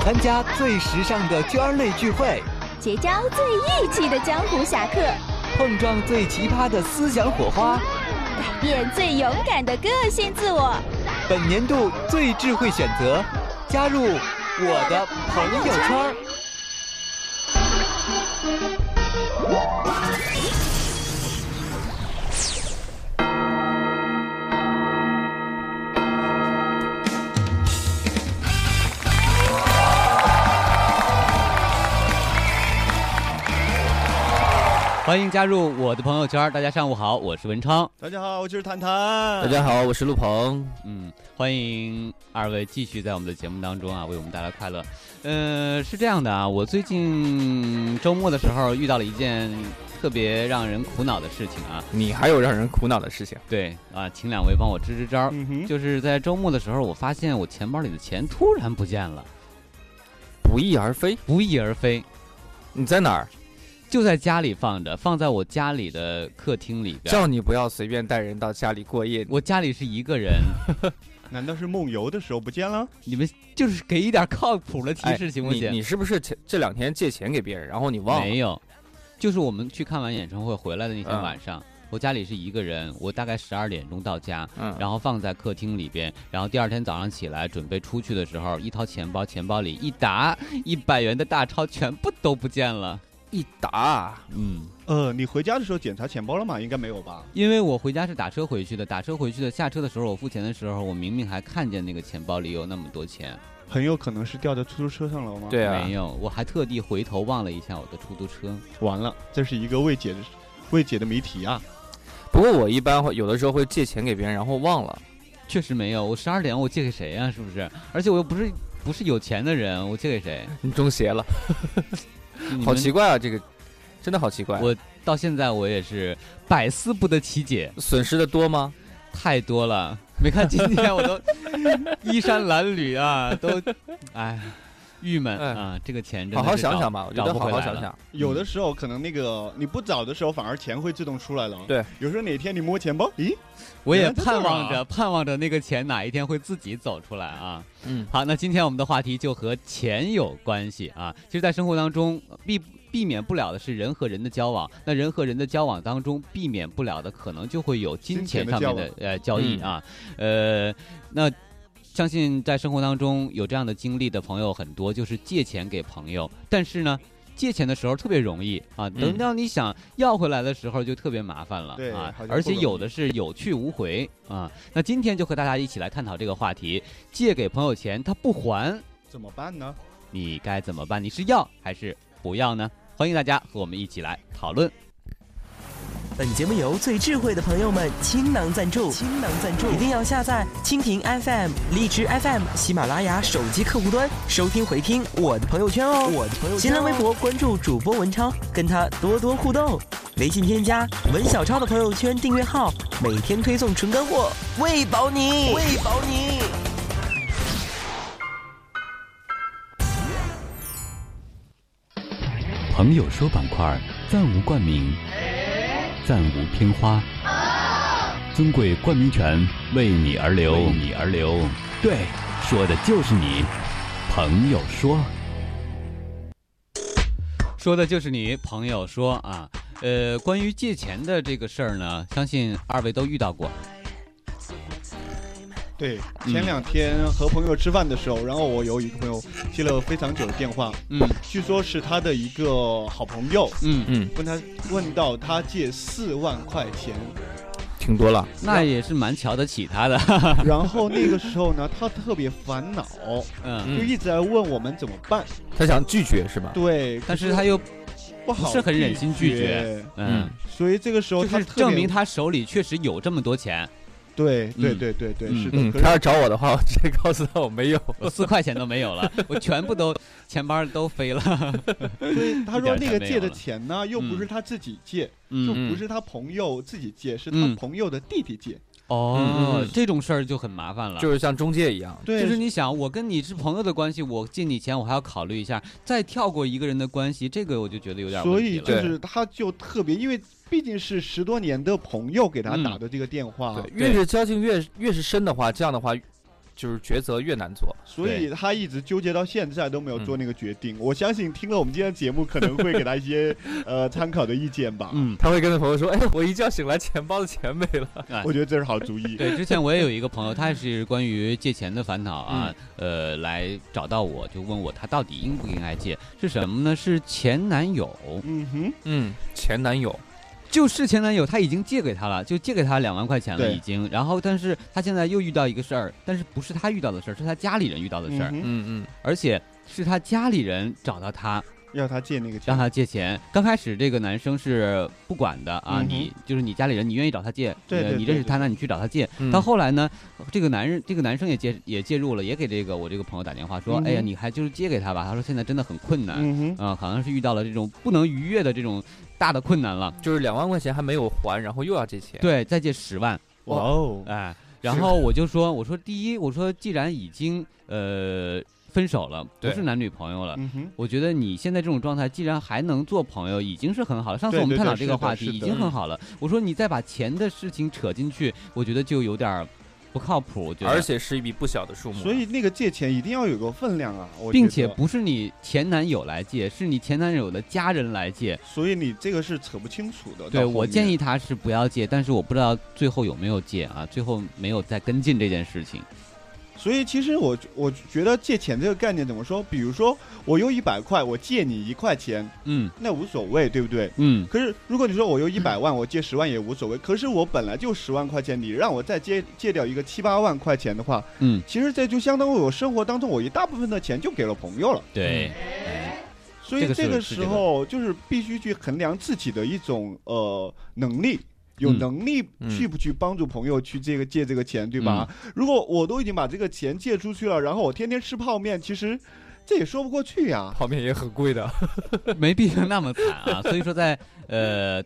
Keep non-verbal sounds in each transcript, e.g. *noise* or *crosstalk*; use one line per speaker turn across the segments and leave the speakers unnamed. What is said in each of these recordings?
参加最时尚的圈儿内聚会，
结交最义气的江湖侠客，
碰撞最奇葩的思想火花。
改变最勇敢的个性自我。
本年度最智慧选择，加入我的朋友圈儿。
欢迎加入我的朋友圈儿，大家上午好，我是文昌。
大家好，我就是谭谭。
大家好，我是陆鹏。
嗯，欢迎二位继续在我们的节目当中啊，为我们带来快乐。呃，是这样的啊，我最近周末的时候遇到了一件特别让人苦恼的事情啊，
你还有让人苦恼的事情？
对啊，请两位帮我支支招儿。
嗯哼，
就是在周末的时候，我发现我钱包里的钱突然不见了，
不翼而飞？
不翼而飞，
你在哪儿？
就在家里放着，放在我家里的客厅里边儿。
叫你不要随便带人到家里过夜。
我家里是一个人，
难道是梦游的时候不见了？
你们就是给一点靠谱的提
哎
示行不
你
行？
你是不是前这两天借钱给别人，然后你忘了？
没有，就是我们去看完演唱会回来的那天
嗯
晚上，我家里是一个人，我大概十二点钟到家，
嗯，
然后放在客厅里边，然后第二天早上起来准备出去的时候，一掏钱包，钱包里一
*laughs*
沓一百元的大钞全部都不见了。
一打啊
嗯，
呃，你回家的时候检查钱包了吗？应该没有吧？
因为我回家是打车回去的，打车回去的，下车的时候我付钱的时候，我明明还看见那个钱包里有那么多钱，
很有可能是掉在出租车上了吗？，
对啊
没，有，我还特地回头望了一下我的出租车。
完了，这是一个未解的未解的谜题啊！
不过我一般会有的时候会借钱给别人，然后忘了。
确实没有，我十二点我借给谁呀、啊是不是？而且我又不是不是有钱的人，我借给
*laughs*
谁？
你中邪了，
你们
好奇怪啊！这个真的好奇怪。
我到现在我也是百思不得其解，
损失的多吗？
太多了。没看今天
*laughs*
我都衣衫褴褛啊，都哎郁闷
哎
啊，这个钱真的
好好
是找
想想吧，我觉
找
得
不
好
回
好
来
想
了
想。
有的时候可能那个你不找的时候，反而钱会自动出来了。
对，
有时候哪天你摸钱包，咦，
我也
原来在这儿
盼
啊
望着盼望着那个钱哪一天会自己走出来啊。
嗯，
好，那今天我们的话题就和钱有关系啊。其实，在生活当中呃避避免不了的是人和人的交往，那人和人的交往当中避免不了的，可能就会有金钱上面的呃交易啊，呃，那。相信在生活当中有这样的经历的朋友很多，就是借钱给朋友，但是呢，借钱的时候特别容易啊，等
嗯
到你想要回来的时候就特别麻烦了
对
啊
好，像
而且
不容易
有的是有去无回啊。那今天就和大家一起来探讨这个话题，借给朋友钱他不还，
怎么办呢？
你该怎么办？你是要还是不要呢？欢迎大家和我们一起来讨论。
本节目由最智慧的朋友们倾囊赞助，倾囊赞助，一定要下载蜻蜓 FM、荔枝 FM、喜马拉雅手机客户端收听回听我的朋友圈哦，我的朋友新浪微博关注主播文超，跟他多多互动。微信添加文小超的朋友圈订阅号，每天推送纯干货，喂饱你，喂饱你。
朋友说板块暂无冠名，暂无片花，尊贵冠名权为你而留，为你而留。对，说的就是你，朋友说，说的就是你，朋友说啊。呃，关于借钱的这个事儿呢，相信二位都遇到过。
对，
嗯
前两天和朋友吃饭的时候，然后我有一个朋友接了非常久的电话，
嗯
据说是他的一个好朋友，
嗯，
嗯，
问他问到他借四万块
*laughs*
钱，
挺多了。
那也是蛮瞧得起他的。
然后那个时候呢，他特别烦恼，
嗯，
嗯
就一直在问我们怎么办。
他想拒绝是吧？
对，
但是他又
不好，
不是很忍心拒绝，嗯
嗯，
所以这个时候
就
他
是
特别
证明他手里确实有这么多钱，
对对
嗯
对对对，
嗯
是的。
嗯，
可是
他要找我的话，我直接告诉他我没有。
我四块钱都没有了，我全部都钱包都飞了。
所以他说
一点儿钱没
那个借
有
的
了
钱呢，又不
嗯
是他自己借，
*laughs*
就
嗯，
不是他朋友自己借，是他
嗯
朋友的弟弟借。
哦
嗯，
这种事儿就很麻烦了。
就是像中介一样，
对，
就是你想，我跟你是朋友的关系，我借你钱，我还要考虑一下，再跳过一个人的关系，这个我就觉得有点
所
问题
以
了。
就是他就特别，因为毕竟是十多年的朋友给他
嗯
啊
打的这个电话，
对，越是交情越越是深的话，这样的话，就是抉择越难做。
所以他一直纠结到现在都没有做那个决定。
嗯
我相信听了我们今天的节目，可能会给他一
*laughs*
些呃参考的意见吧。
嗯，
他会跟他朋友说：“哎，我一觉醒来，钱包的钱没 *laughs* 了。
我觉得这是好主意。
对，之前我也有一个朋友，他也是关于借钱的烦恼啊，呃，来找到我就问我他到底应不应该借，是什么呢？是前男友，
嗯哼，”
嗯，前男友，
就是前男友，他已经借给他了，就借给他两万块钱了
对
已经，然后但是他现在又遇到一个事儿，但是不是他遇到的事儿，是他家里人遇到的事儿，
嗯哼
嗯嗯，
而且是他家里人找到他，
要他借那个
让
钱，
他借钱。刚开始这个男生是不管的啊，
嗯哼
你就是你家里人，你愿意找他借，
对
呃
对
你
对
认识
对
他，那你去找他借。
嗯
到后来呢，这个男人，这个男生也介也介入了，也给这个我这个朋友打电话说，
嗯哼
哎呀，你还就是借给他吧。他说现在真的很困难，
嗯哼，
啊、好像是遇到了这种不能逾越的这种大的困难了。
嗯
就是两万块钱还没有还，然后又要借钱。
对，再借十万，
哇哦，
哎，然后我就说，我说第一，我说既然已经呃分手了，不
对
是男女朋友了，
嗯哼，
我觉得你现在这种状态，既然还能做朋友，已经是很好了。上次
对
我们
对
探
对
讨这个
是的
话题，
是的嗯
已经很好了。我说你再把钱的事情扯进去，我觉得就有点儿不靠谱。我觉得，
而且是一笔不小的数目。
所以那个借钱一定要有个分量啊，我
嗯并
觉
且
得，
不是你前男友来借，是你前男友的家人来借。
所以你这个是扯不清楚的。
对
啊到后
我
面
建议他是不要借，但是我不知道最后有没有借啊，最后没有再跟进这件事情。
所以其实我我觉得借钱这个概念怎么说？比如说我有一百块，我借你一块钱，
嗯
那无所谓，对不对？
嗯，
可是如果你说我有一百万，我借十万也无所谓。可是我本来就十万块钱，你让我再借借掉一个七八万块钱的话，
嗯，
其实这就相当于我生活当中我一大部分的钱就给了朋友了。
对，
所
这
以
个是
这个
是
时
这个
候就是必须去衡量自己的一种呃能力。有
嗯
能力
嗯
去不去帮助朋友去这个借这个钱，对吧？
嗯
如果我都已经把这个钱借出去了，然后我天天吃泡面，其实这也说不过去啊呀。
泡面也很贵的。
*laughs* 没必要那么惨啊。所以说在，呃，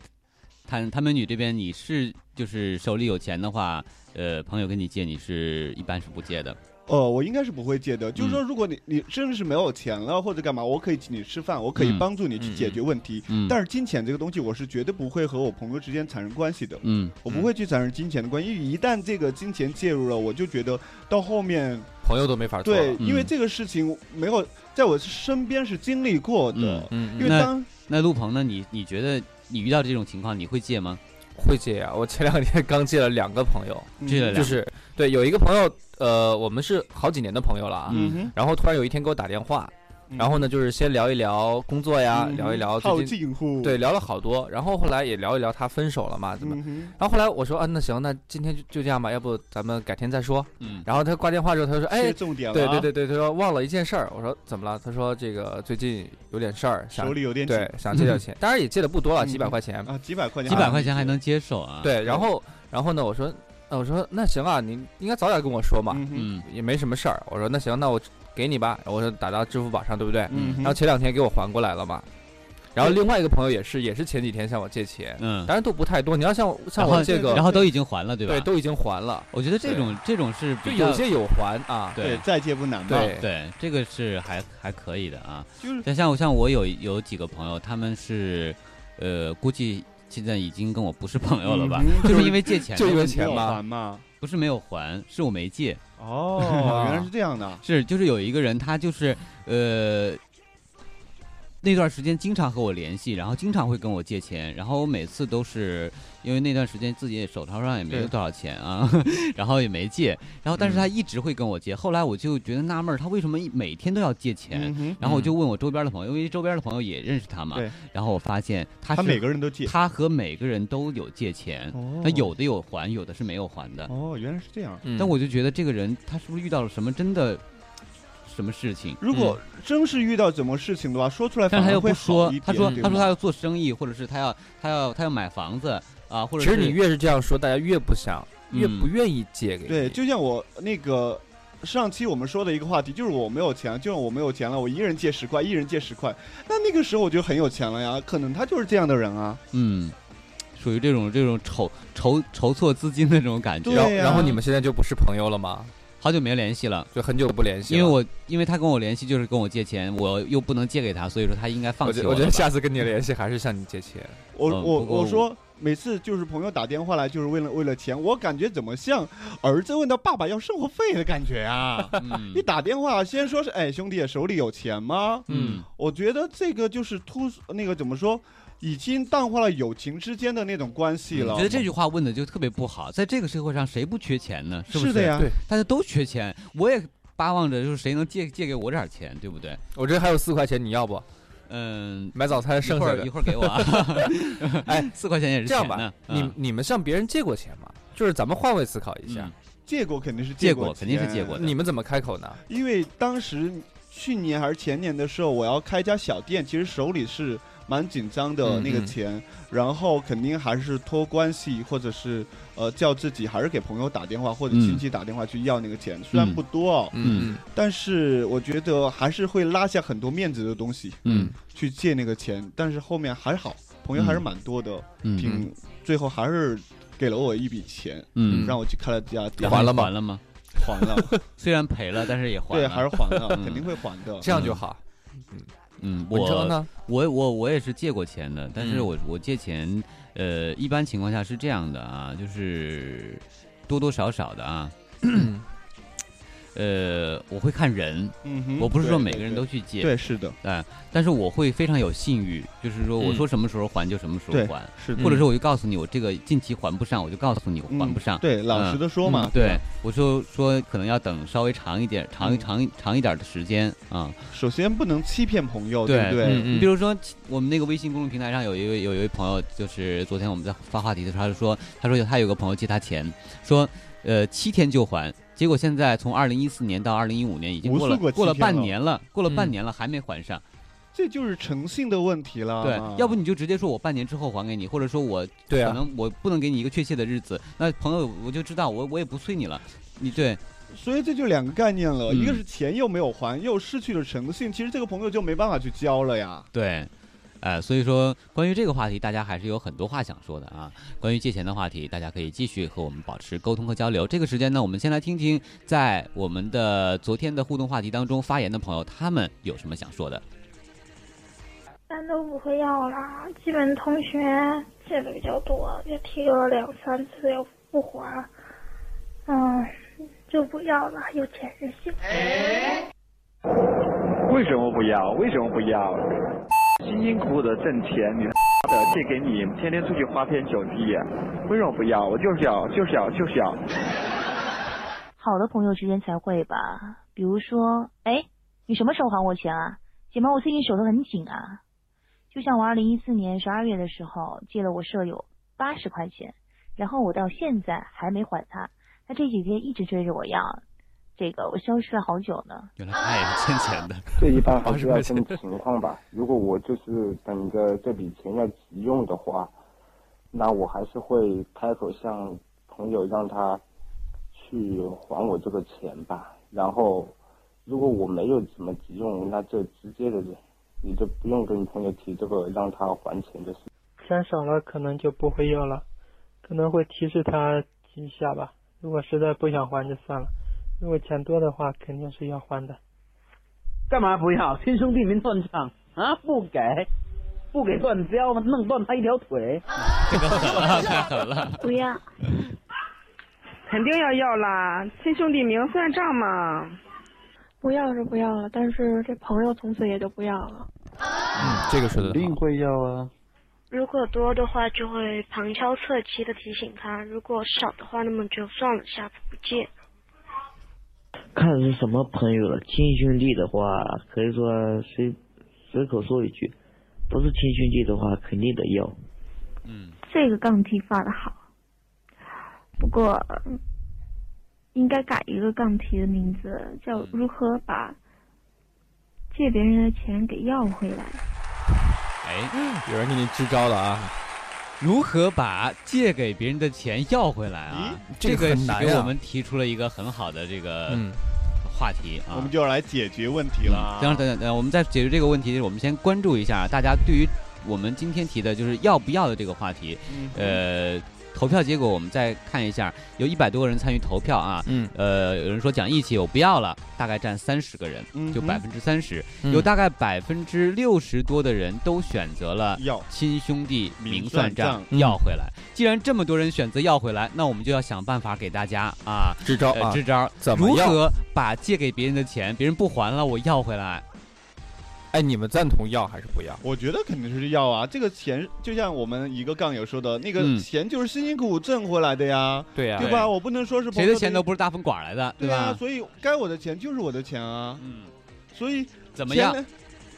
谭谭美女这边，你是就是手里有钱的话，呃，朋友跟你借，你是一般是不借的。
呃，我应该是不会借的。就是
嗯
说，如果你你甚至是没有钱了或者干嘛，我可以请你吃饭，我可以
嗯
帮助你去
嗯
解决问题。
嗯，
但是金钱这个东西，我是绝对不会和我朋友之间产生关系的。
嗯，
我不会去产生金钱的关系，因为一旦这个金钱介入了，我就觉得到后面
*laughs* 朋友都没法做
对
了。，
嗯
因为这个事情没有在我身边是经历过的。
嗯，
因
因
为
为
那
当
那陆鹏呢？你你觉得你遇到这种情况，你会借吗？
会借呀、我前两天刚借了两个朋 *laughs* 友，
这个两
嗯
就是对有一个朋友，呃，我们是好几年的朋友了啊。
嗯
哼
然后突然有一天给我打电话，然后呢，就是先聊一聊工作呀，
嗯
聊一聊
套
最近，
近乎，
对，聊了好多。然后后来也聊一聊他分手了嘛，怎么？
嗯嗯哼，
然后后来我说啊，那行，那今天就就这样吧，要不咱们改天再说。
嗯，
然后他挂电话之后，他就说，
切
哎，
重点了，啊
对对，对对，他说忘了一件事儿。我说怎么了？他说这个最近有点事儿，想
手里有点紧
对
*laughs*
想借点钱，当然也借的不多了，
嗯
几百块钱。
啊，几百块钱，
几百块钱还能接受啊？，
嗯对，然后然后呢，我说，呃我说那行啊，你应该早点跟我说嘛，
嗯哼
嗯
也没什么事儿。我说那行，那我给你吧。我说打到支付宝上，对不对？
嗯哼，
然后前两天给我还过来了嘛。然后另外一个朋友也是，也是前几天向我借钱，
嗯
当，然都不太多。你要像像
然
我
后
这个
然，后都已经还了，对吧？
对，都已经还了，
我觉得这种这种是
就
比较
有借有还啊。
对
对再借不难嘛，
对
对，这个是还还可以的啊。
就是
但像我像我有有几个朋友，他们是，呃，估计现在已经跟我不是朋友了吧？
嗯
就是因为借钱的
就因为
问题
钱
没有
吗
还嘛。
不是没有还，是我没借。
哦，原来是这样的。
是就是有一个人，他就是呃。那段时间经常和我联系，然后经常会跟我借钱，然后我每次都是因为那段时间自己也手头上也没有
对
多少钱啊，然后也没借，然后但是他一直会跟我借，后来我就觉得纳闷儿，他为什么一每天都要借钱？
嗯哼，
然后我就问我周边的朋友，因为周边的朋友也认识他嘛
对。
然后我发现他
他
是
每个人都借。
他和每个人都有借钱，
哦
他有的有还，有的是没有还的。
哦，原来是这样。
嗯
但我就觉得这个人他是不是遇到了什么真的什么事情？
如果真是遇到什么事情的话，说出来
但
反
是他
而
又
会
不
好
说
一点。，
他说
对
他
吗
说他要做生意，或者是他要他要他要买房子啊，或者
其
是嗯
实你越是这样说，大家越不想，越不愿意借给你。
对，就像我那个上期我们说的一个话题，就是我没有钱，就像我没有钱了，我一个人借十块，一人借十块，那那个时候我就很有钱了呀。可能他就是这样的人啊。
嗯，属于这种这种筹筹筹措资金的这种感觉
对。啊
然后
呀
然后你们现在就不是朋友了吗？
好久没联系了。
就很久不联系
啊
因
了。
为我因为他跟我联系就是跟我借钱，我又不能借给他，所以说他应该放
我
弃
觉
我
我觉
了
得
吧
下次跟你联系还是向你借钱。
我、
嗯
我
不过
我说每次就是朋友打电话来，就是为了为了钱，我感觉怎么像儿子问到爸爸要生活费的感觉
*laughs*
啊？
嗯
一打电话先说是哎兄弟手里有钱吗？
嗯
我觉得这个就是突那个怎么说，已经淡化了友情之间的那种关系了。
嗯我觉得这句话问的就特别不好，在这个社会上谁不缺钱呢？ *laughs* 是不
是的呀，
对
大家都缺钱，我也巴望着就是谁能借借给我点儿钱，对不对？
我这还有四块钱，你要不
嗯，
买早餐
一
剩
会
下
儿一
的？
会儿给我啊。
*laughs* 哎，
四块钱也是
这样
钱
吧
呢。，
你
嗯
你们向别人借过钱吗？就是咱们换位思考一下
嗯，
借过肯定是
借
过
过肯
钱，
定是借过的
你们怎么开口呢？
因为当时去年还是前年的时候，我要开一家小店，其实手里是蛮紧张的
嗯
那个钱，然后肯定还是托关系，或者是呃叫自己，还是给朋友打电话或者
嗯
亲戚打电话去要那个钱，虽然
嗯
不多哦，
嗯
但是我觉得还是会拉下很多面子的东西
嗯
去借那个钱，但是后面还好，朋友还是蛮多的，
嗯嗯
挺最后还是给了我一笔钱，
嗯，
让我去开了家店，
然后
还了
你
吗
还了吗？
还了，
*laughs* 虽然赔了，但是也还了。
对，还是还了，
嗯
肯定会还的。
这样就好。
嗯，
文
我
成呢？
我我我也是借过钱的，但是
嗯
我我借钱，呃，一般情况下是这样的啊，就是多多少少的啊， *clears throat* 呃，我会看人，
嗯哼，
我不是说
对
每个人都去借，啊
对，是的，
但是我会非常有信誉，就是说我
嗯
说什么时候还就什么时候
对嗯
还，
是
的
或者说我就告诉你我这个近期还不上，我就告诉你我还不上。
对，老实的说嘛
嗯，对，我说说可能要等稍微长一点，
嗯
长一长一长一点的时间啊。
首先不能欺骗朋友，
对嗯
对不对？
嗯
你比如说，我们那个微信公众平台上有一位有一位朋友，就是昨天我们在发话题的时候，他就说，他说有他有个朋友借他钱，说，呃，七天就还，结果现在从二零一四年到二零一五年已经
无
过了
数个七
过了
天
半
了
年了，过了半
嗯
年了还没还上，
这就是诚信的问题了。
对
啊，
要不你就直接说我半年之后还给你，或者说我
对
可
啊，
能我不能给你一个确切的日子，那朋友我就知道我我也不催你了，你对，
所以这就两个概念了，
嗯
一个是钱又没有还，又失去了诚信，其实这个朋友就没办法去交了呀。
对，呃，所以说关于这个话题，大家还是有很多话想说的啊。关于借钱的话题，大家可以继续和我们保持沟通和交流。这个时间呢，我们先来听听在我们的昨天的互动话题当中发言的朋友，他们有什么想说的。
但都不会要啦，基本同学借的比较多，也提了两三次又不还，嗯，就不要了，有钱任性。
为什么不要？为什么不要？辛辛苦苦的挣钱，你他妈的借给你，天天出去花天酒地，为什么不要？我就是要，就是要，就是要。
好的朋友之间才会吧。比如说，哎，你什么时候还我钱啊？姐妹，我最近手头很紧啊。就像我二零一四年十二月的时候借了我舍友八十块钱，然后我到现在还没还他，他这几天一直追着我要，这个我消失了好久呢。
原来他也是欠钱的，
这一般还是要分情况吧。如果我就是等着这笔钱要急用的话，那我还是会开口向朋友让他去还我这个钱吧。然后，如果我没有怎么急用，那就直接的，你就不用跟朋友提这个让他还钱的事。
想少了可能就不会要了，可能会提示他提一下吧。如果实在不想还就算了，如果钱多的话肯定是要还的。
干嘛不要？亲兄弟明断账啊！不给，不给断交吗？弄断他一条腿。
这个狠了，太狠了。
不要，
肯定要要啦，亲兄弟明算账嘛。
不要是不要了，但是这朋友从此也就不要了。
嗯，这个说的
会要啊！
如果多的话，就会旁敲侧击的提醒他；如果少的话，那么就算了，下次不借。
看是什么朋友了。亲兄弟的话，可以说随随口说一句；不是亲兄弟的话，肯定得要。
嗯，
这个杠题发的好，不过嗯应该改一个杠题的名字，叫
嗯
如何把借别人的钱给要回来。
哎，
有人给你支招了啊！
如何把借给别人的钱要回来啊？
这个
个
很
是
难
给
呀
我们提出了一个很好的这个
嗯，
话题啊。
我们就要来解决问题了啊。
等嗯等等等等，我们在解决这个问题，我们先关注一下大家对于我们今天提的就是要不要的这个话题，
嗯
呃，投票结果我们再看一下，有一百多个人参与投票啊。
嗯。
呃，有人说讲义气，我不要了，大概占三十个人，就
嗯哼
百分之三十。
嗯
有大概百分之六十多的人都选择了
要
亲兄弟明算
算
账
账
要回来。既然这么多人选择要回来，那我们就要想办法给大家啊
支招
呃
啊
支招，
怎么
如
要
何把借给别人的钱，别人不还了，我要回来？
哎，你们赞同要还是不要？
我觉得肯定是要啊，这个钱就像我们一个杠友说的，那
嗯
个钱就是辛辛苦苦挣回来的呀，
对呀
对吧？我不能说是朋
啊谁
友
的钱都不是大风刮来的，
对啊
吧？
所以该我的钱就是我的钱啊。
嗯，
所以
怎么样
前两？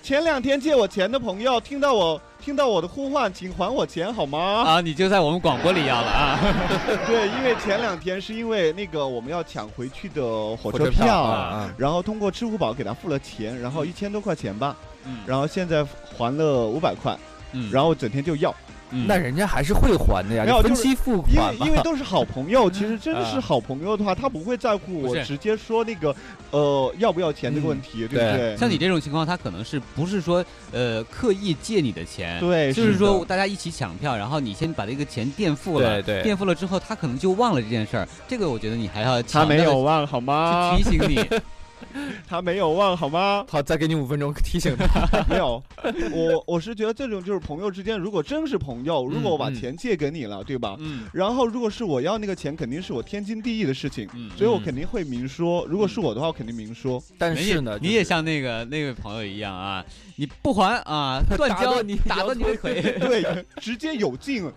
前两天借我钱的朋友，听到我听到我的呼唤，请还我钱好吗？
啊，你就在我们广播里要了啊！
*laughs* 对，因为前两天是因为那个我们要抢回去的火
火
车
车
票，
票啊
然后通过支付宝给他付了钱，然后一千多块钱吧，
嗯
然后现在还了五百块，
嗯
然后整天就要。
那人家还是会还的呀，
没有
你分
就是
期付
因
款
为
吧。
因为都是好
*laughs*
朋友，其实真的是
啊
好朋友的话，他不会在乎
不
我
是嗯
直接说那个呃要不要钱这个问题，对不对？
像你这种情况，他可能是不是说呃刻意借你的钱？
对
就是是
的
说大家一起抢票，然后你先把这个钱垫付了，
对对
垫付了之后，他可能就忘了这件事儿。这个我觉得你还要
他
强
没
调地
有啊忘好吗？
去提醒你，
他没有忘好吗？
好，再给你五分钟提醒
*laughs*
他。
*laughs* 没有，我我是觉得这种就是朋友之间，如果真是朋友，如果我把
嗯
钱借给你了，对吧？
嗯。
然后如果是我要那个钱，肯定是我天经地义的事情，
嗯
所以我肯定会明说。如果是我的话，我肯定明
*laughs*
说。
但
人
是
也
呢，
你也像那个那位朋友一样啊，你不还啊，断
打
交
断你
打
摇
断你的
腿 *laughs*
腿。
对，直接有劲。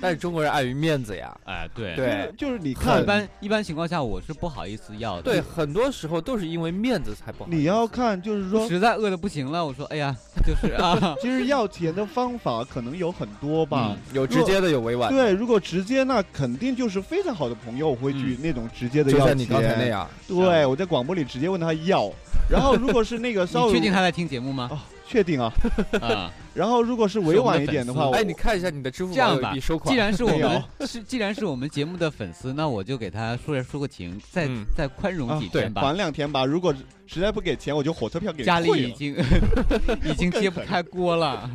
但是中国人碍于面子呀。
哎，对
对
就是你
一
看，
般一般情况下我是不好意思要的。
对，很多时候都是因为面子才不好。
你要看，就是说，，
实在饿的不行了，我说哎 *laughs* 呀，就是啊 *laughs*
其实要钱的方法可能有很多吧。
有直接的，有委婉的，
对，如果直接，那肯定就是非常好的朋友，我会去那种直接的
嗯就
要
像
钱。
你刚才那。样。
对，我在广播里直接问他要。然后如果是那
*laughs*
个
你
稍微
确定他在听节目吗？
哦，确定啊。
*laughs* 啊，
然后如果是委婉一点的话，
哎，
我
你看一下你的支付
这
宝
样
有
吧
一笔收，款
既，然是我
没有
们 *laughs* 是既然是我们节目的粉丝，那我就给他说说个情，再
嗯
再哦宽容
啊
几
对
天吧。
还两天吧。如果实在不给钱，我就火车票给
家里
退
已
了
*laughs* 经已经揭不开锅了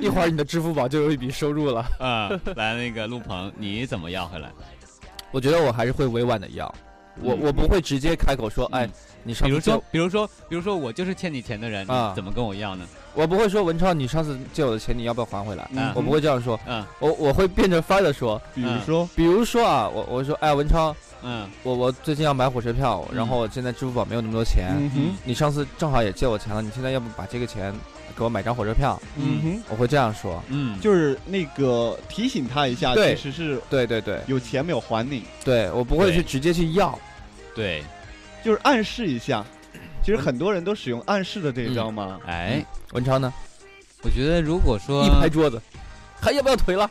一会儿你的支付宝就有一笔收入了。
*laughs* 啊！来，那个陆鹏，你怎么要回来？
我觉得我还是会委婉的要，我
嗯
我不会直接开口说，哎
嗯，
你上
比
次
如
借
说，比如说，比如说，我就是欠你钱的人，
啊
你怎么跟我要呢？
我不会说文超，你上次借我的钱你要不要还回来？
嗯
我不会这样说，
嗯
我我会变着法儿的说，
比如说，
比如说啊，我我说，哎，文超，
嗯
我我最近要买火车票，
嗯
然后我现在支付宝没有那么多钱，
嗯哼，
你上次正好也借我钱了，你现在要不把这个钱给我买张火车票？
嗯哼，
我会这样说，
嗯，
就是那个提醒他一下，
对
其实是
对对对
有钱没有还你，
对，我不会
对
去直接去要，
对，
就是暗示一下。其实很多人都使用暗示的这一招嘛。
哎，
文超呢，
我觉得如果说
一拍桌子，还要不要腿了？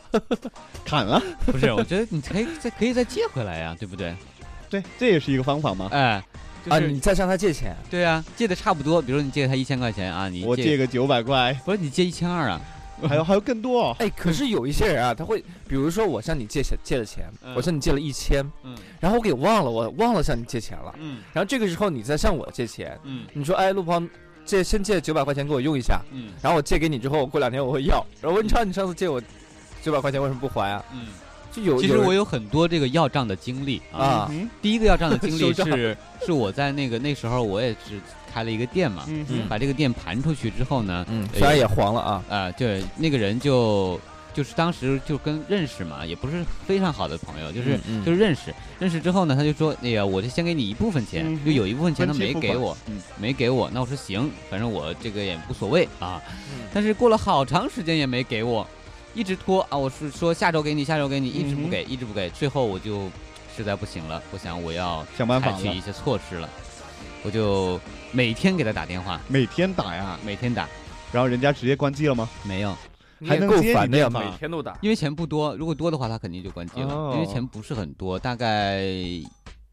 砍了，
不是，我觉得你可以再可以再借回来呀，对 *laughs* 不对？
对，这也是一个方法嘛。
哎，就
啊，
是
你再向他借钱，
对啊，借的差不多，比如说你借他一千块钱啊，你
我借个九百块，
不是你借一千二啊？
还有还有更多哦。
哎，可是有一些人啊，他会，比如说我向你借钱借了钱，
嗯
我向你借了一千，
嗯
然后我给忘了，我忘了向你借钱了，
嗯
然后这个时候你再向我借钱，
嗯
你说，哎，陆鹏，借先借九百块钱给我用一下，
嗯
然后我借给你之后，过两天我会要，然后文超，你上次借我九百块钱为什么不还啊？
嗯。
就有
其实我
有
有很多这个要账的经历
人
啊。
啊，
嗯
第一个要账的
*laughs*
经
收
历
账
是是我在那个那时候我也是开了一个店嘛，
嗯
嗯
哼，
把这个店盘出去之后呢，
嗯，
哎
虽然也黄了啊，
啊，对，那个人就就是当时就跟认识嘛，也不是非常好的朋友，就是、
嗯嗯
就是认识，认识之后呢，他就说，哎呀，我就先给你一部分钱，
嗯
就有一部分钱他
分期
没
付
给
款
我，
嗯
没给我，那我说行，反正我这个也无所谓啊，
嗯
但是过了好长时间也没给我，一直拖啊，我是说下周给你，下周给你，一直
嗯
不
哼
给，一直不给，最后我就实在不行了，我想我要
想办法
采取
了
一，些措施了，我就每天给他打电话，
每天打呀，
每天打，
然后人家直接关机了吗？
没有。
你
还
也
能
够
接你
烦的呀，
电话
每天都打，
因为钱不多，如果多的话，他肯定就关机了。
哦
因为钱不是很多，大概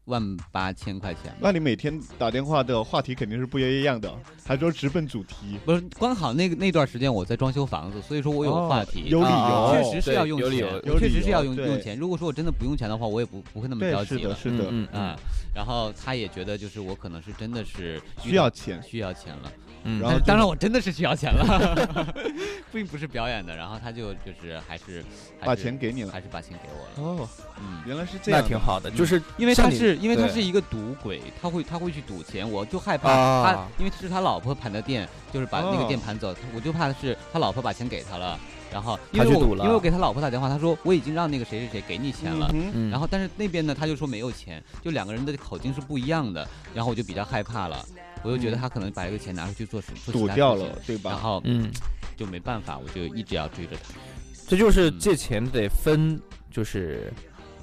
万八千块钱吧。
那你每天打电话的话题肯定是不一样的，还说直奔主题，
不是，刚好那个那段时间我在装修房子，所以说我有
哦
话题，
有理由，
啊
确实是要用
对有理
钱
由，
有
我确
理
实是要
由
用
对
用钱。如果说我真的不用钱的话，我也不不会那么
对，
着
是
急
的，
了。
是的，
嗯嗯
啊，然后他也觉得就是我可能是真的是遇
需要
到
钱，
需要钱了，嗯
然后
但当然我
就
真的是需要钱了， *laughs* 并不是表演的。然后他就就是还是还
把
是
钱给你了
还是把钱给我了。
哦，
嗯，
原来是这样的，嗯
因为他是
像你
因为他
对
是一个赌鬼，他会他会去赌钱，我就害怕他，
啊
因为是他老婆盘的店，就是把那个
哦
店盘走，我就怕是他老婆把钱给他了。然后，因
他
为
去
我
赌了
因为我给他老婆打电话，他说我已经让那个谁谁谁给你钱了，
嗯哼
然后但是那边呢他就说没有钱，就两个人的口径是不一样的，然后我就比较害怕了，我就觉得
嗯
他可能把这个钱拿出去做什做其
赌
他
掉
事
了
情
对吧
然后
嗯，
就没办法，我就一直要追着他。
这就是
嗯
借钱得分，就是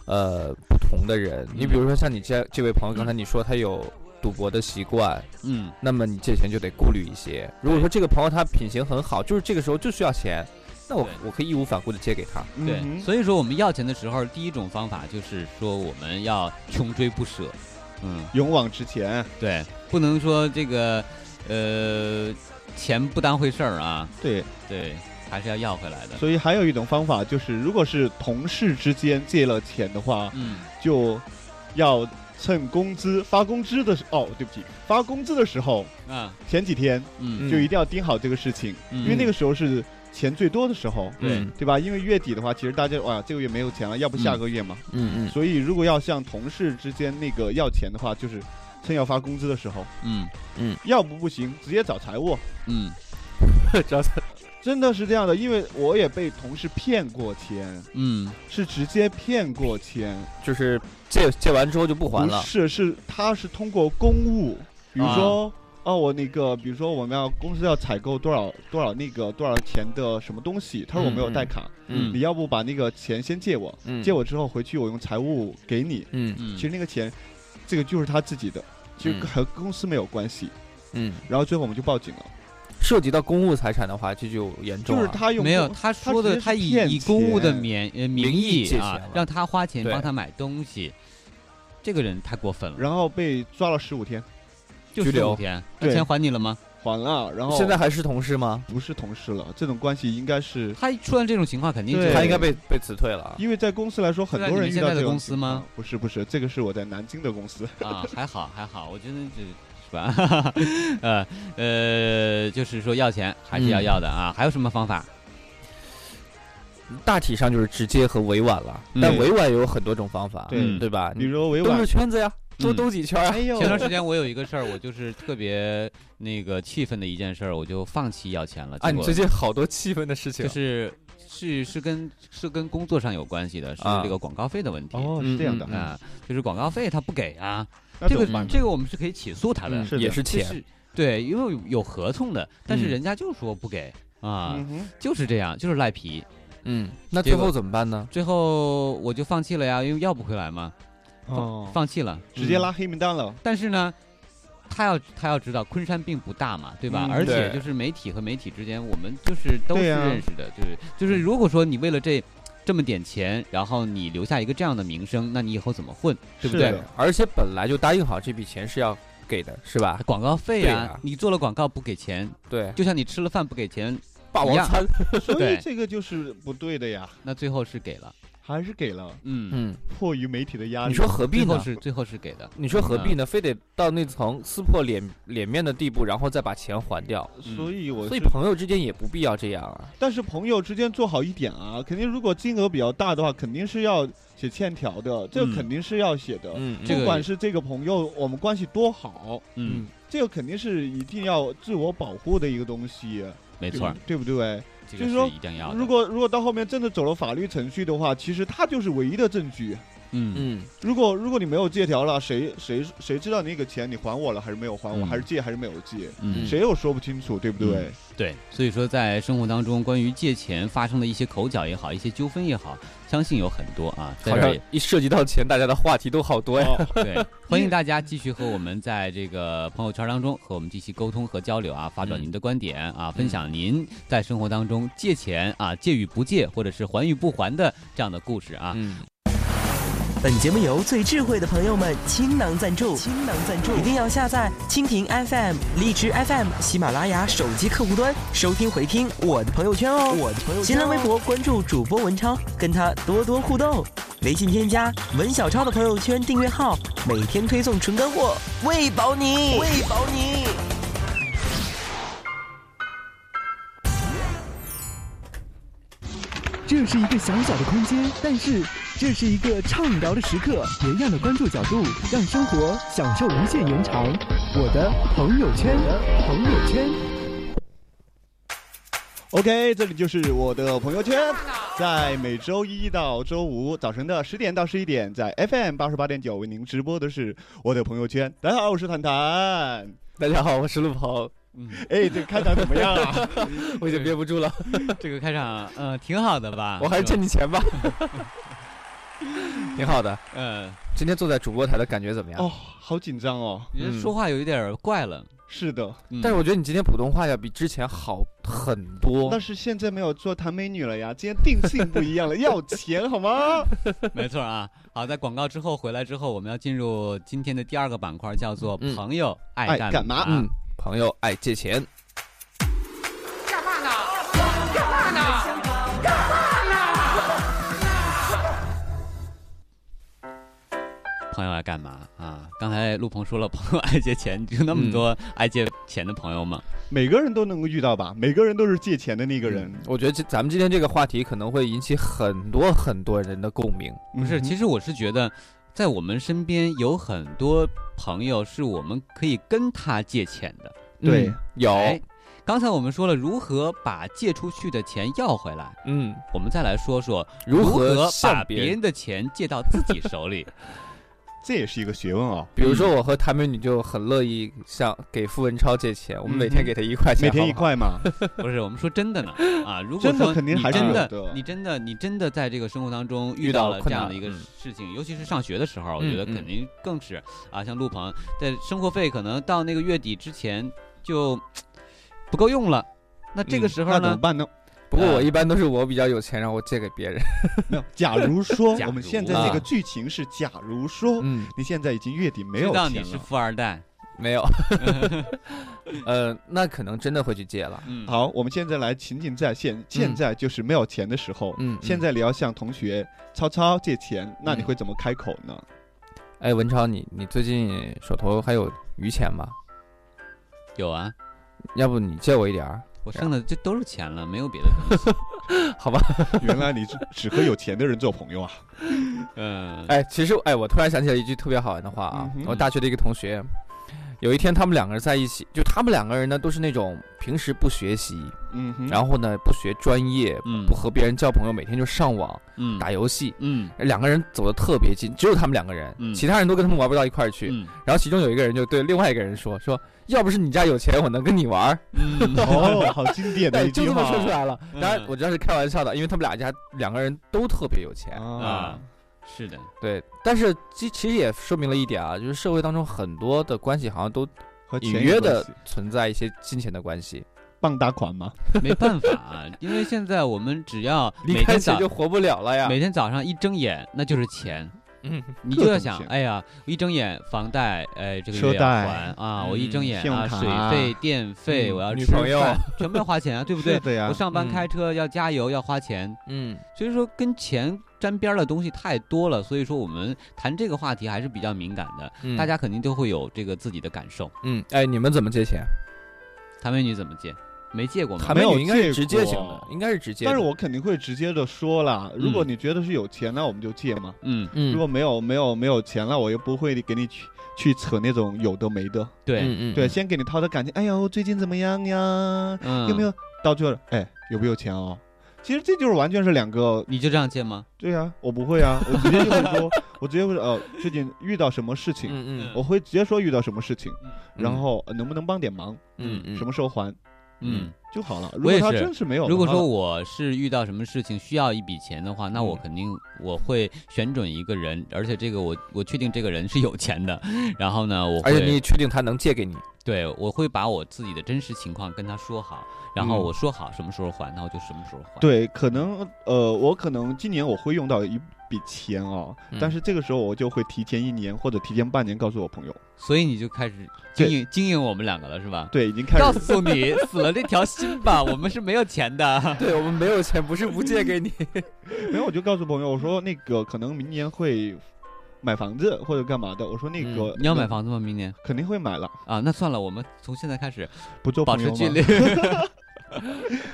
呃不同的人。
嗯
你比如说像你这这位朋友，刚才你说他有赌博的习惯，
嗯，
那么你借钱就得顾虑一些。如果说这个朋友他品行很好，就是这个时候就需要钱，那我我可以义无反顾的借给
*laughs*
他。
对，所以说我们要钱的时候，第一种方法就是说我们要穷追不舍，嗯，
勇往直前，
对，不能说这个呃钱不当回事儿啊，
对
对，还是要要回来的。
所以还有一种方法就是，如果是同事之间借了钱的话，
嗯，
就要趁工资发工资的时哦，对不起，发工资的时候，
啊，
前几天，
嗯
就一定要盯好这个事情，
嗯
因为那个时候是钱最多的时候，
对
对吧？因为月底的话，其实大家哇，这个月没有钱了，要不下个月嘛，
嗯嗯
所以如果要向同事之间那个要钱的话，就是趁要发工资的时候，
嗯
嗯，
要不不行，直接找财务，
嗯，
找财，
真的是这样的，因为我也被同事骗过钱，
嗯，
是直接骗过钱，
*laughs* 就是借借完之后就不还了
不。是，是他是通过公务，比如
啊
说。哦，我那个，比如说我们要公司要采购多少多少那个多少钱的什么东西，他说我没有带卡，
嗯嗯
你要不把那个钱先借我，
嗯
借我之后回去我用财务给你，
嗯
嗯
其实那个钱，这个就是他自己的，其实
嗯
和公司没有关系，
嗯，
然后最后我们就报警了，
涉及到公务财产的话，这就严重
就
了。
是他用
没有，
公
他说
直
的
接
他
是
以
骗
以公务的
钱
免呃
名
名
义
义
借
啊
钱了，
让他花钱
对
帮他买东西，这个人太过分了，
然后被抓了十五天，
就拘15留天那
对
钱还你了吗？
还了，然后
现在还是同事吗？
不是同事了，这种关系应该是
他出现这种情况，肯定就
对
他应该被被辞退了啊。
因为在公司来说，很
在
多
你
人
们
遇
现
到
在的
这种
公司
情
吗
况？不是不是，这个是我在南京的公司
啊，还好还好，我觉得这是吧？ *laughs* 呃呃，就是说要钱还是要
嗯
要的啊，还有什么方法？
大体上就是直接和委婉了，
嗯
但委婉也有很多种方法，嗯
对
对吧？
比如委
兜
婉
着圈子呀，多
嗯
兜几圈啊。
哎呦
前段时间我有一个事儿，我就是特别那个气愤的一件事儿，我就放弃要钱了。
啊，
结
你
果
最近好多气愤的事情，
就是是是跟是跟工作上有关系的，是
啊
这个广告费的问题。
哦是这样的
嗯啊，就是广告费他不给啊，
那
这
怎么
个
办呢
这个我们是可以起诉他的
嗯，是的也是
就
钱
对，因为有合同的，但是
嗯
人家就说不给啊
嗯哼，
就是这样，就是赖皮。
嗯，那
结
最
果
后怎么办呢？
最后我就放弃了呀，因为要不回来嘛，放
哦
放弃了，
直接
嗯
拉黑名单了。
但是呢，他要他要知道昆山并不大嘛，对吧？
嗯
而且
对
就是媒体和媒体之间，我们就是都是
对啊呀
认识的，就是就是如果说你为了这这么点钱，然后你留下一个这样的名声，那你以后怎么混，对不
是
对
的？
而且本来就答应好这笔钱是要给的，是吧？
广告费
对
啊，
呀
你做了广告不给钱，
对，
就像你吃了饭不给钱
霸
一
王
样
餐，
所以
对
这个就是不对的呀，
那最后是给了，
还是给了，
嗯
嗯，
迫于媒体的压力。
你说何必
最后
呢？
是最后是给的，
你说何必呢？非得到那层撕破脸脸面的地步，然后再把钱还掉？
所以我
所以
是
朋友之间也不必要这样啊。
但是朋友之间做好一点啊，肯定如果金额比较大的话，肯定是要写欠条的，这个
嗯
肯定是要写的。
嗯嗯
这
不
个
管是这个朋友，我们关系多好，
嗯，
这个肯定是一定要自我保护的一个东西，
没错儿，
对不对？
这
嗯就
个
是说
是一定要的，
如果如果到后面真的走了法律程序的话，其实它就是唯一的证据。
嗯
嗯，
如果如果你没有借条了，谁谁谁知道你那个钱你还我了还是没有还我，
嗯
还是借还是没有借，
嗯
谁又说不清楚，对不对？
嗯对，所以说在生活当中，关于借钱发生的一些口角也好，一些纠纷也好，相信有很多啊，在
好
这儿
像
也
一涉及到钱，大家的话题都好多呀。
对，欢迎大家继续和我们在这个朋友圈当中和我们进行沟通和交流啊，发表您的观点啊，分享您在生活当中借钱啊、借与不借，或者是还与不还的这样的故事啊。
嗯，
本节目由最智慧的朋友们倾囊赞助，倾囊赞助，一定要下载蜻蜓 FM、荔枝 FM、喜马拉雅手机客户端收听回听我的朋友圈哦，我的朋友圈、新浪微博关注主播文超，跟他多多互动，微信添加文小超的朋友圈订阅号，每天推送纯干货，喂饱你，喂饱你。
这是一个小小的空间，但是这是一个畅聊的时刻，别样的关注角度，让生活享受无限延长。我的朋友圈，朋友圈。
OK，这里就是我的朋友圈，在每周一到周五早晨的十点到十一点，在 FM 八十八点九为您直播的是我的朋友圈。大家好，我是谭谭。
大家好，我是陆鹏。
嗯，哎，这个开场怎么样啊？
我已经憋不住了。
这个开场，呃，挺好的吧？
我 *laughs* 还
*laughs*
是
是吧
欠你钱吧。挺好的。
*laughs* 嗯，
今天坐在主播台的感觉怎么样？
哦，好紧张哦！
你这说话有一点怪了。
是的，
哦
但是我觉得你今天普通话要比之前好很多。
但是现在没有做谭美女了呀，今天定性不一样了，要钱
*laughs*
好吗？
没错啊。好，在广告之后回来之后，我们要进入今天的第二个板块，叫做“朋友爱干嘛”
啊
嗯，朋友爱借钱。
干嘛呢？干嘛呢？干嘛
朋友爱干嘛啊？刚才陆鹏说了，朋友爱借钱，有那么多爱借钱的朋友吗？
每个人都能够遇到吧，每个人都是借钱的那个人。
我觉得这咱们今天这个话题可能会引起很多很多人的共鸣。
嗯不是，其实我是觉得，在我们身边有很多朋友是我们可以跟他借钱的。
对嗯有
哎刚才我们说了如何把借出去的钱要回来，
嗯，
我们再来说说
如何
何
向
把
别
别
人
人的钱借到自己手里。
这也是一个学问哦。
比如说，我和谭美女就很乐意向给付文超借钱，我们每天给他一块钱，
嗯每天一
好不好
块嘛。
*laughs*
不是，我们说真的呢啊！如果
真的
说
肯定
你
还是
真
有
的
的，
你真的你真的在这个生活当中遇
遇
到
到
了
困
这样
难
的一个
嗯
事情，尤其是上学的时候，我觉得
嗯嗯
肯定更是啊，像陆鹏在生活费可能到那个月底之前就不够用了，那 *laughs* 这个时
嗯
候呢？
呢？
不过
啊
我
呃
一般都是我比较有钱，然后我借给别人。
没有，假
*laughs*
如说我们现在这个
啊
剧情是，假如说
嗯
你现在已经月底没有
知道
钱
你是
了，
富二代，
没
*laughs*
有，呃，那可能真的会去借了。
嗯
好，我们现在来情景再现，现在就是没有钱的时候，
嗯嗯
现在你要向同学超超借
嗯
钱，那你会怎么开口呢？
哎，文超，你你最近手头还有余钱吗？
有啊，
要不你借我一点儿？
我剩的这都是钱了，没有别的东西。
好吧，
原来你只只和有钱的人做朋友啊。
嗯，
哎，其实哎，我突然想起来一句特别好玩的话啊，
嗯哼
我大学的一个同学，有一天他们两个人在一起，就他们两个人呢都是那种平时不学习，
嗯哼
然后呢不学专业，
嗯
不和别人交朋友，每天就上网，
嗯
打游戏，
嗯，
两个人走的特别近，只有他们两个人，
嗯
其他人都跟他们玩不到一块儿去，
嗯
然后其中有一个人就对另外一个人说说，要不是你家有钱，我能跟你玩儿，哎
嗯
哦好经
*laughs*
典的一句
就这么
话
说出来了。
嗯
当然我知道是开玩笑的，因为他们俩家两个人都特别有
嗯
钱
啊， *laughs* 是的，
对，但是其其实也说明了一点啊，就是社会当中很多的关系好像都
和钱
隐
有
约
关
的
系
存在一些金钱的关系。
傍大款吗？
没办法、啊，因为现在我们只要
离
每
开
天
钱
早
就活不了了呀
每天早上一睁眼，那就是钱。
嗯
你
各
就要
种
想
钱，
哎呀，我一睁眼房贷，哎，这个
车
月要
贷
还啊，我一
嗯
睁眼
信用
啊，
卡
水费、电费，
嗯
我要
女
吃
朋友
饭全部要花钱
*laughs*
啊，对不对？
是的呀
我上班
嗯
开车要加油，要花钱。
嗯，
所以说跟钱沾边儿的东西太多了，所以说我们谈这个话题还是比较敏感的，
嗯
大家肯定都会有这个自己的感受。
嗯，哎，你们怎么借钱？
谭美女怎么借？没借过吗？
没有，应该
借
是直接
过
型的，应该是直接的。
但是我肯定会直接的说啦，如果你觉得是有钱，那我们就借嘛。
嗯
嗯
如果没有没有没有钱了，我又不会给你去去扯那种有的没的。
对嗯嗯
对，
嗯
先给你掏的感情，哎呦，最近怎么样呀？
嗯
有没有到最后，哎，有没有钱哦？其实这就是完全是两个。
你就这样借吗？
对呀、我不会啊，我直接就会
*laughs*
说，我直接会说呃，最近遇到什么事情，
嗯
我会直接说遇到什么事情，然
嗯
后、呃能不能帮点忙，
嗯嗯
什么时候还，
嗯
就好了。如
我
果
也
他
是
真是没有 *laughs* 的话，
如果说我是遇到什么事情需要一笔钱的话，那
嗯
我肯定我会选准一个人，而且这个我我确定这个人是有钱的，然后呢，我
而且
会
你也确定他能借给你，
对我会把我自己的真实情况跟他说好，然后
嗯
我说好什么时候还，那我就什么时候还。
对，可能呃，我可能今年我会用到一笔钱哦，但
嗯
是这个时候我就会提前一年或者提前半年告诉我朋友。
所以你就开始经营经营我们两个了，是吧？
对，已 *laughs* 经开始
告诉你死了这条心吧，我们是没有钱的。 *laughs*
对我们没有钱，不是不借给你。
没有，我就告诉朋友我说那个可能明年会买房子或者干嘛的。我说那个、
嗯你要买房子吗？明年
肯定会买了
啊！那算了，我们从现在开始
不做
保
朋
持
*laughs* 友
距
吗
离。 *laughs*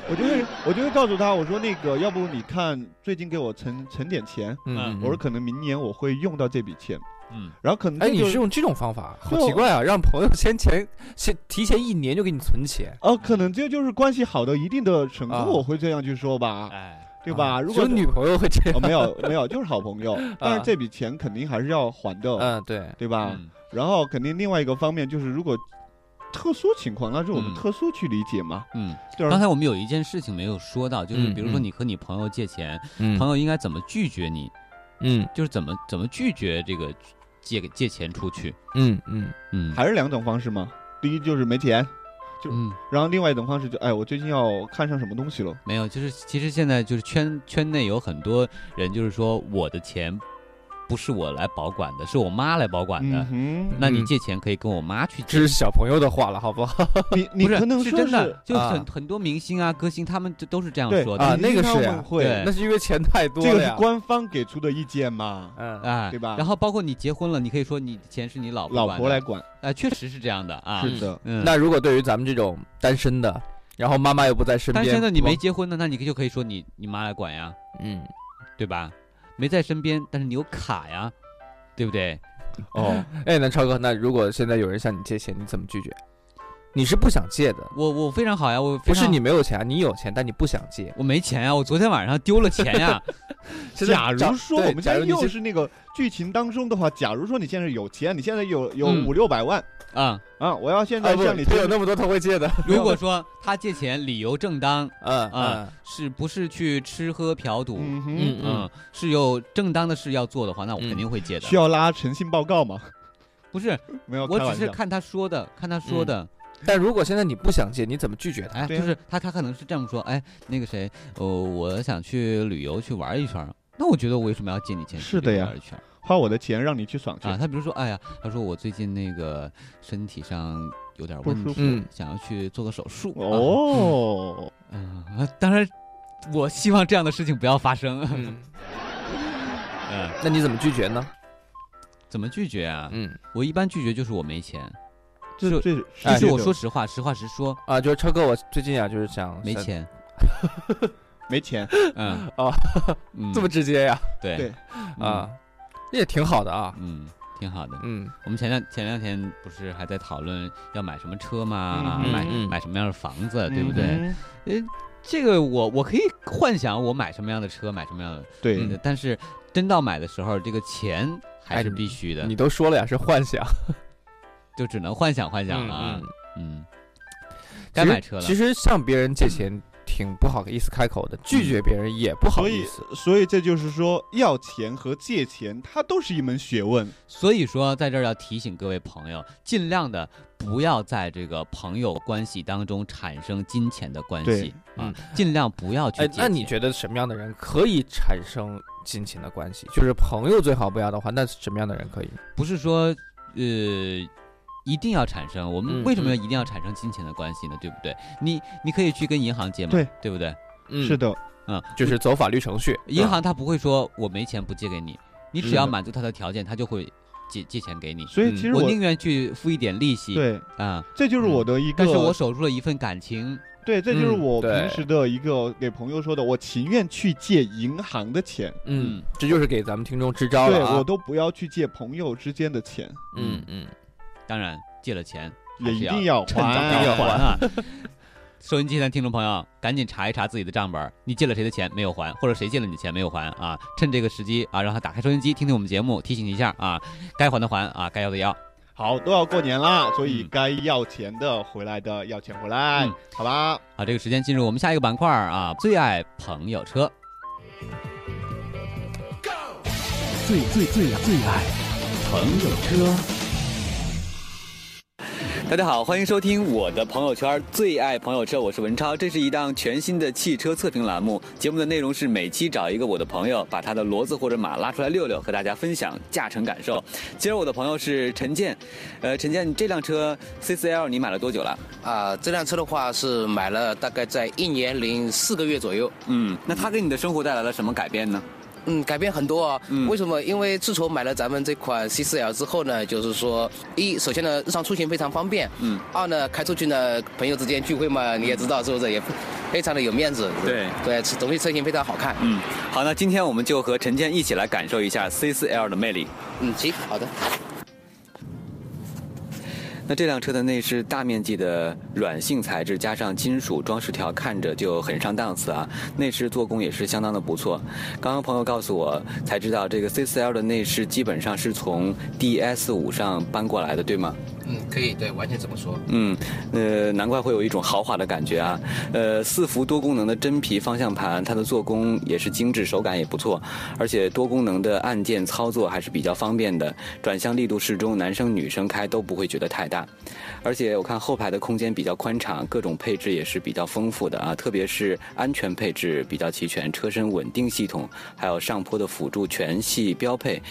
我就会我就会告诉他，我说那个，要不你看最近给我存存点钱，
嗯
我说可能明年我会用到这笔钱，
嗯，
然后可能
哎，
这就
你是用这种方法，好
对我
奇怪啊！让朋友先前先提前一年就给你存钱，
哦，可能这就是关系好到一定的程度，
啊
我会这样去说吧，
哎，
对吧？
啊
如果
只有女朋友会这
*laughs* 哦，
样
没有没有，就是好朋友
啊，
但是这笔钱肯定还是要还的，
嗯对
对吧？然后肯定另外一个方面就是，如果特殊情况，那是我们
嗯
特殊去理解嘛，
嗯，
对啊
刚才我们有一件事情没有说到，就是
嗯
比如说
嗯
你和你朋友借钱，
嗯
朋友应该怎么拒绝你？
嗯，
就是怎么怎么拒绝这个借借钱出去？
嗯嗯
嗯，
还是两种方式嘛。第一就是没钱，就、然后另外一种方式就哎，我最近要看上什么东西了。
没有，就是其实现在就是圈圈内有很多人就是说我的钱。不是我来保管的，是我妈来保管的。
嗯哼
那你
嗯
借钱可以跟我妈去借。
这是小朋友的话了，好不好？
你
不是是真的
啊，
就很很多明星啊、歌星，他们就都是哦这样
对
说的
啊，那个是呀
会
对
那是因为钱太多
这
了
个是
呀。
官方给出的意见嘛？
嗯
啊，
对吧？
然后包括你结婚了，你可以说你钱是你老婆
老
管
婆
的
来管，
啊，确实是这样的啊。
是的
嗯，
那如果对于咱们这种单身的，然后妈妈又不在身边，
单身的你
不
没结婚的，那你就可以说你你妈来管呀，
嗯，
对吧？没在身边，但是你有卡呀，对不对？
哦，
*laughs*
哎，那超哥，那如果现在有人向你借钱，你怎么拒绝？你是不想借的，
我我非常好呀，我非
不是
常
你没有钱啊，你有钱，但你不想借。。
我没钱呀，我昨天晚上丢了钱呀
*laughs* 现在
假
找
如说
对
我们
假
家
如你
又
现
是那个剧情当中的话，假如说你现在有钱，你现在有有
嗯
五六百万
啊
啊，我要现在向你
他
借
有那么多他会借的。
如果说他借钱理由正当，
嗯
啊
嗯，
是不是去吃喝嫖赌？
嗯哼
嗯
嗯
是有正当的事要做的话，那我
嗯
肯定会借的。
需要拉诚信报
*laughs*
告吗？
不是，
没有
我
开玩
只是
笑
看他说的，看他
嗯
说的。
但如果现在你不想借，你怎么拒绝他？
哎，
啊
就是他，他可能是这么说，哎，那个谁，哦，我想去旅游去玩一圈儿，那我觉得我为什么要借你钱？
是的呀
玩一圈儿
花我的钱让你去爽去
啊，他比如说，哎呀，他说我最近那个身体上有点
不
问
舒
题，
服嗯
想要去做个手术。啊
哦，
嗯啊，当然，我希望这样的事情不要发生。 *laughs*
嗯，
嗯，
那你怎么拒绝呢？
怎么拒绝啊？
嗯，
我一般拒绝就是我没钱。
哎这
啊就哎就
这
是是我说
这种
实话，实话实说，
哦
啊，就是超哥，我最近啊，就是想
没钱，
没钱，
嗯，
哦，这么直接呀？
对
对
啊，也挺好的啊。
嗯，挺好的。
嗯，
我们前两前两天不是还在讨论要买什么车吗？啊
嗯
买
嗯
买什么样的房子，对不对？
嗯
呃，这个我我可以幻想我买什么样的车，买什么样的
对
呃但是真到买的时候，这个钱还是必须的。
你都说了呀，是幻想。
就只能幻想幻想了啊。嗯，该
其实
买车了。
其实向别人借钱挺不好意思开口的，拒绝别人也不好
所
意
以
思。
所以这就是说，要钱和借钱，它都是一门学问。
所以说，在这儿要提醒各位朋友，尽量的不要在这个朋友关系当中产生金钱的关系啊，尽量不要去
嗯哎
借，钱。
那你觉得什么样的人可以产生金钱的关系？就是朋友最好不要的话，那什么样的人可以？
不是说呃一定要产生，我们
嗯
为什么要
嗯
一定要产生金钱的关系呢？对不对？你你可以去跟银行借嘛，
对
对不对？
嗯
是的，
嗯，
就是走法律程序。
银行它不会说我没钱不借给你，你只
是
要
的
满足他的条件，他就会借借钱给你。
嗯
嗯
所以其实
我
我
宁愿去付一点利息，
对
啊，
这就是我的一个
但是我守住了一份感情。
对，这就是
嗯
我
对
平时的一个给朋友说的，我情愿去借银行的钱，
嗯，这就是给咱们听众支招
对
了、啊。
我都不要去借朋友之间的钱。
嗯嗯，
当然借了钱
也一
还
定
是
要
趁早
还
还
要
还啊！收音机前的听众朋友，赶紧查一查自己的账本儿，你借了谁的钱没有还，或者谁借了你的钱没有还啊？趁这个时机啊，让他打开收音机，听听我们节目，提醒一下啊，该还的还啊，该要的要。
好，都要过年啦，所以该要钱的回来的要钱回来，
嗯
好吧？
好，这个时间进入我们下一个板块儿啊，最爱朋友车。
最最最最爱朋友车。
大家好，欢迎收听我的朋友圈最爱朋友车，我是文超。这是一档全新的汽车测评栏目，节目的内容是每期找一个我的朋友，把他的骡子或者马拉出来遛遛，和大家分享驾乘感受。今儿我的朋友是陈健，呃，陈健，你这辆车 C4L 你买了多久了？
啊，这辆车的话是买了大概在一年零四个月左右。
嗯，那它给你的生活带来了什么改变呢？
嗯，改变很多啊、为什么？因为自从买了咱们这款 C4L 之后呢，就是说，一首先呢，日常出行非常方便。
嗯。
二呢，开出去呢，朋友之间聚会嘛，你也知道是不是？也非常的有面子。
对
对，东西车型非常好看。
嗯，好，那今天我们就和陈谦一起来感受一下 C4L 的魅力。
嗯，行，好的。
那这辆车的内饰大面积的软性材质加上金属装饰条，看着就很上档次啊。内饰做工也是相当的不错。刚刚朋友告诉我才知道，这个 C4L 的内饰基本上是从 DS5 上搬过来的，对吗？
嗯，可以，对，完全这么说。
嗯，呃，难怪会有一种豪华的感觉啊。呃，四幅多功能的真皮方向盘，它的做工也是精致，手感也不错，而且多功能的按键操作还是比较方便的，转向力度适中，男生女生开都不会觉得太大。而且我看后排的空间比较宽敞，各种配置也是比较丰富的啊，特别是安全配置比较齐全，车身稳定系统还有上坡的辅助全系标配，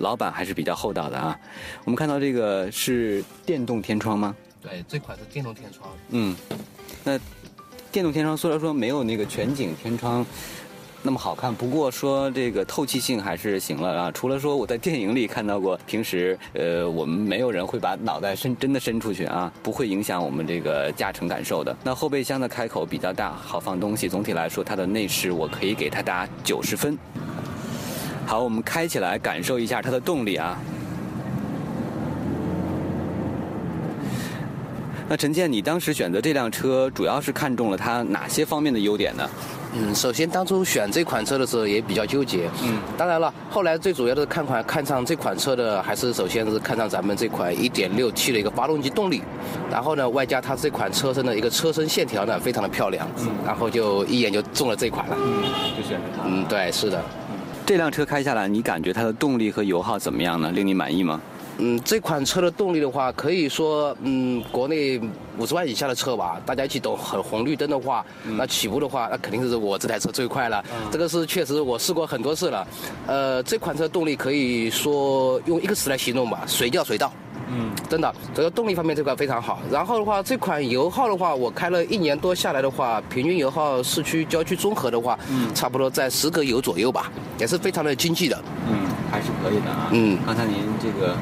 老板还是比较厚道的啊。我们看到这个是电动天窗吗？
对，这款是电动天窗。
嗯，那电动天窗虽然说没有那个全景天窗那么好看，不过说这个透气性还是行了啊。除了说我在电影里看到过，平时呃我们没有人会把脑袋伸真的伸出去啊，不会影响我们这个驾乘感受的。那后备箱的开口比较大，好放东西。总体来说，它的内饰我可以给它打九十分。好，我们开起来感受一下它的动力啊。那陈倩，你当时选择这辆车，主要是看中了它哪些方面的优点呢？
嗯，首先当初选这款车的时候也比较纠结。嗯，当然了，后来最主要的是看款看上这款车的，还是首先是看上咱们这款 1.6T 的一个发动机动力，然后呢，外加它这款车身的一个车身线条呢非常的漂亮，嗯、然后就一眼就中了这款了。嗯，
就选择它。
嗯，对，是的。
这辆车开下来，你感觉它的动力和油耗怎么样呢？令你满意吗？
嗯，这款车的动力的话，可以说，嗯，国内五十万以下的车吧，大家一起懂，很红绿灯的话，那起步的话，那肯定是我这台车最快了。这个是确实我试过很多次了，呃，这款车动力可以说用一个词来形容吧，随叫随到。
嗯，
真的，主要动力方面这块非常好。然后的话，这款油耗的话，我开了一年多下来的话，平均油耗市区、郊区综合的话，差不多在十个油左右吧，也是非常的经济的。
嗯，还是可以的啊。
嗯，
刚才您这个。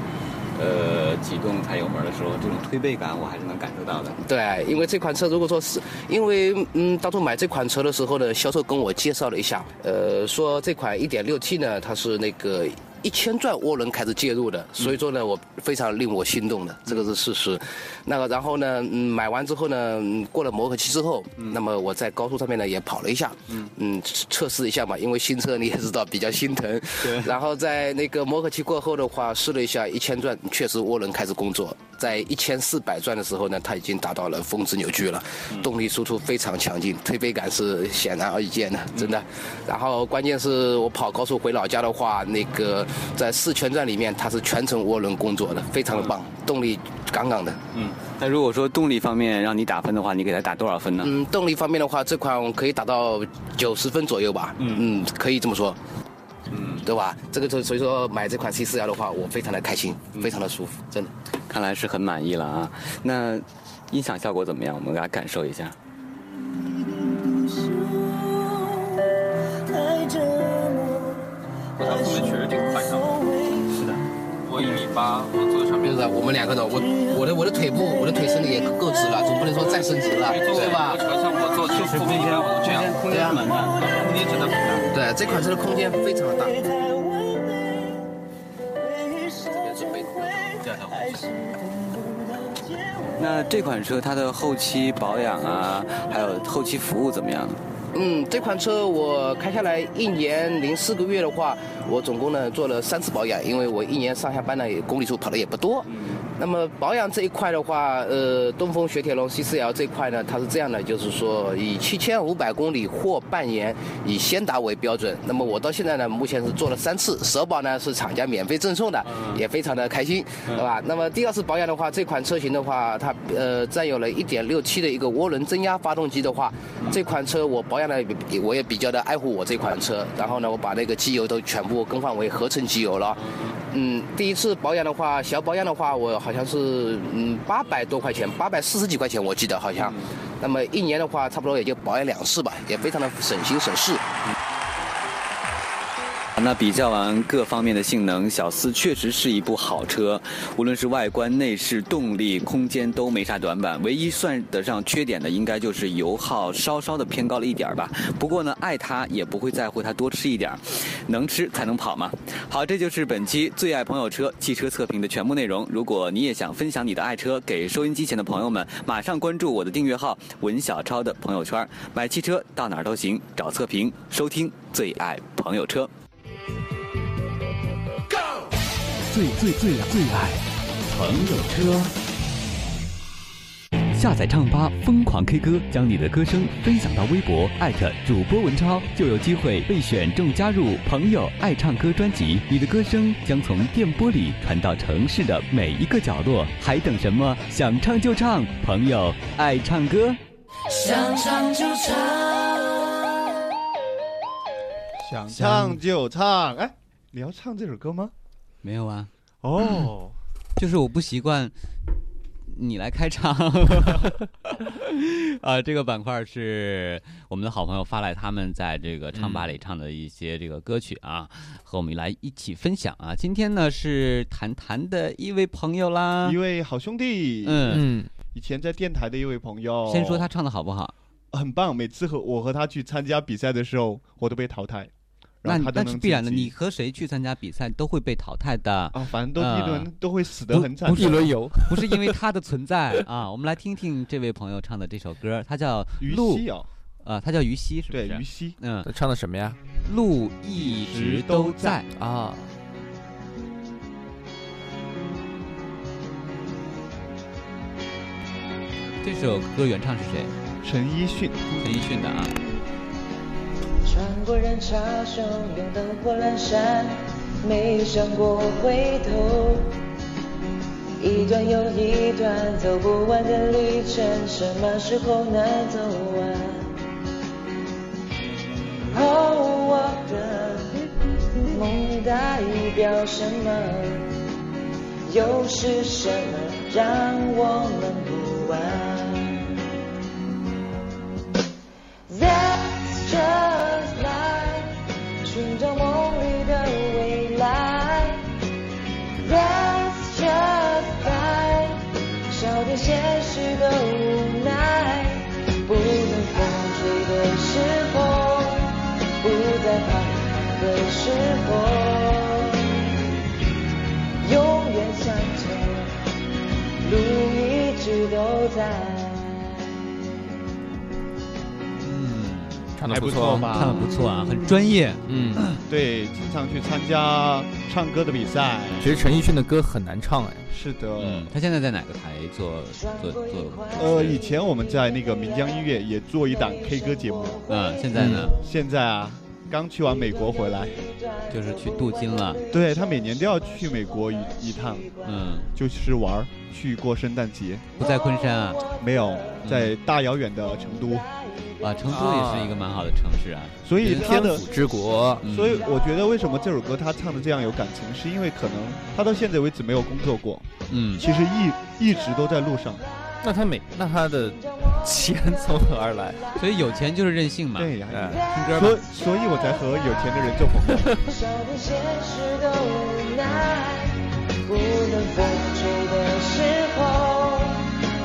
呃，启动踩油门的时候，这种推背感我还是能感受到的。
对，因为这款车如果说是，因为嗯，当初买这款车的时候呢，销售跟我介绍了一下，呃，说这款 1.6T 呢，它是那个一千转涡轮开始介入的，所以说呢，我非常令我心动的，这个是事实。那个然后呢，嗯，买完之后呢，嗯过了磨合期之后，那么我在高速上面呢也跑了一下，嗯测试一下嘛，因为新车你也知道比较心疼。
对
然后在那个磨合期过后的话，试了一下一千转，确实涡轮开始工作，在一千四百转的时候呢，它已经达到了峰值扭矩了，动力输出非常强劲，推背感是显然而易见的，真的。然后关键是我跑高速回老家的话，那个在四千转里面它是全程涡轮工作的，非常的棒，动力杠杠的。
嗯，那如果说动力方面让你打分的话，你给它打多少分呢？
嗯，动力方面的话，这款可以达到九十分左右吧。嗯嗯，可以这么说。嗯，对吧？这个就所以说买这款 C 四幺的话，我非常的开心，非常的舒服，真的。
看来是很满意了啊。那音响效果怎么样？我们来感受一下。
我看后面确实挺宽敞的。是的，我一米八，我坐在上面
是的，我们两个呢，我我的我的腿部，我的腿伸的也够直了，总不能说再伸直了，对吧？
像我坐车后面一我都这样，空间蛮大，空间真的很大。
对，这款车的空间非常的大。
那这款车它的后期保养啊，还有后期服务怎么样呢？
嗯，这款车我开下来一年零四个月的话，我总共呢做了三次保养，因为我一年上下班呢也公里数跑的也不多。那么保养这一块的话，呃，东风雪铁龙 C4L 这块呢，它是这样的，就是说以七千五百公里或半年以先达为标准。那么我到现在呢，目前是做了三次，首保呢是厂家免费赠送的，也非常的开心，对吧？那么第二次保养的话，这款车型的话，它呃占有了一点六 T 的一个涡轮增压发动机的话，这款车我保养的我也比较的爱护我这款车，然后呢，我把那个机油都全部更换为合成机油了。嗯，第一次保养的话，小保养的话，我好像是嗯八百多块钱，八百四十几块钱，我记得好像。那么一年的话，差不多也就保养两次吧，也非常的省心省事。
那比较完各方面的性能，小四确实是一部好车，无论是外观、内饰、动力、空间都没啥短板，唯一算得上缺点的应该就是油耗稍稍的偏高了一点儿吧。不过呢，爱它也不会在乎它多吃一点儿，能吃才能跑嘛。好，这就是本期最爱朋友车汽车测评的全部内容。如果你也想分享你的爱车给收音机前的朋友们，马上关注我的订阅号“文小超”的朋友圈，买汽车到哪儿都行，找测评，收听最爱朋友车。
最最最最爱朋友车。
下载唱吧，疯狂 K 歌，将你的歌声分享到微博，艾特主播文超，就有机会被选中加入“朋友爱唱歌”专辑。你的歌声将从电波里传到城市的每一个角落，还等什么？想唱就唱，朋友爱唱歌。
想唱就唱。
想唱就唱，哎，你要唱这首歌吗？
没有啊。
哦，
就是我不习惯你来开场。啊，这个板块是我们的好朋友发来他们在这个唱吧里唱的一些这个歌曲啊，和我们来一起分享啊。今天呢是谈谈的一位朋友啦，
一位好兄弟，
嗯，
以前在电台的一位朋友，
先说他唱的好不
哦
好？
很棒，每次和我和他去参加比赛的时候，我都被淘汰。
那
然后他都
那
能
是必然的，
晋级
你和谁去参加比赛都会被淘汰的
啊，反正都
呃
一轮都会死得很惨
不是
一轮游
不是因为他的存在
*laughs*
啊。我们来听听这位朋友唱的这首歌，他叫
于
陆
西哦，
啊，他叫于西，是不是？
对于西
嗯，
唱的什么呀？
路一直都在
啊。
这首歌原唱是谁？
陈奕迅，
陈奕迅的啊。
穿过人潮汹涌灯火阑珊，没想过回头。一段又一段走不完的旅程，什么时候能走完？哦，我的梦代表什么？又是什么让我们不安？That's just life，寻找梦里的未来。That's just life，笑点现实的无奈。不能风吹的时候，不再怕的时候，永远向前，路一直都在。
唱
还
的
不
错
吧？
嗯唱得不错啊很专业。
嗯，
对，经常去参加唱歌的比赛。
其实陈奕迅的歌很难唱哎。
是的。
嗯，他现在在哪个台做做做？
呃，以前我们在那个岷江音乐也做一档 K 歌节目。
嗯，现在呢？
现在啊，刚去完美国回来。
就是去镀金了。
对他每年都要去美国一一趟，
嗯，
就是玩儿，去过圣诞节。
不在昆山啊？
没有，在大遥远的成都。
啊，成都也是一个蛮好的城市啊。嗯
所以他的
之国，
所以我觉得为什么这首歌他唱的这样有感情，是因为可能他到现在为止没有工作过，
嗯，
其实一一直都在路上。
那他每那他的钱从何而来？
所以有钱就是任性嘛。
对哎呀、
听
所以所以我才和有钱的人做朋友。
少点现实的无奈，不能风吹的时候，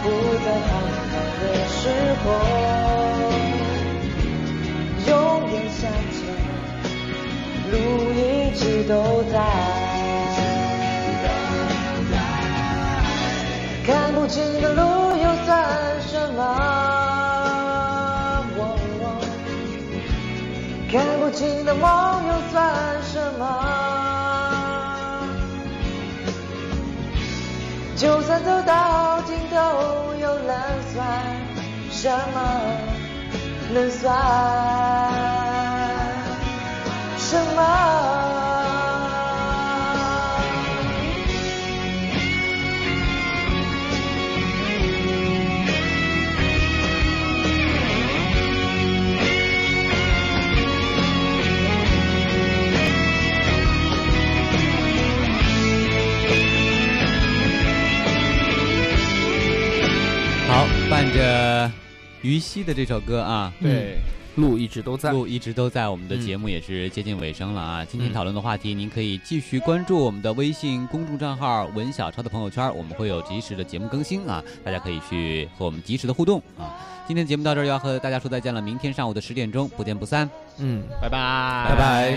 不再彷徨的时候，永远向前，路一直都在。看不清的路又算什么？看不清的梦又算什么？就算走到尽头，又能算什么？能算什么？
好，伴着于西的这首歌啊，
对
嗯，
路一直都在，
路一直都在。我
嗯
们的节目也是接近尾声了啊！今天讨论的话题，您可以继续关注我们的微信公众账号“文小超”的朋友圈，我们会有及时的节目更新啊，大家可以去和我们及时的互动啊。今天节目到这儿要和大家说再见了，明天上午的十点钟不见不散。
嗯，
拜拜，
拜拜。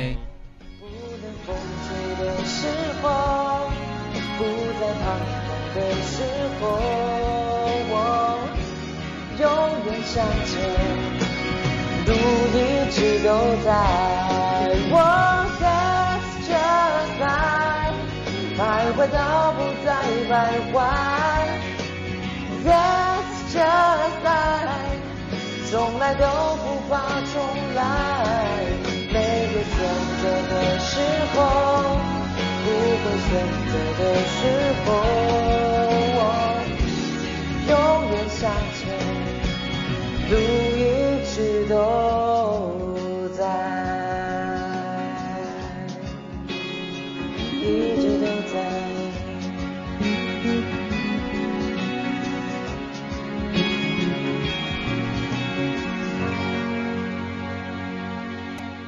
的时候，不在彷徨的时候，我永远向前，路一直都在。我 that's just life，徘徊到不再徘徊。That's just life，从来都不怕重来。每个选择的时候，不会选择的时候。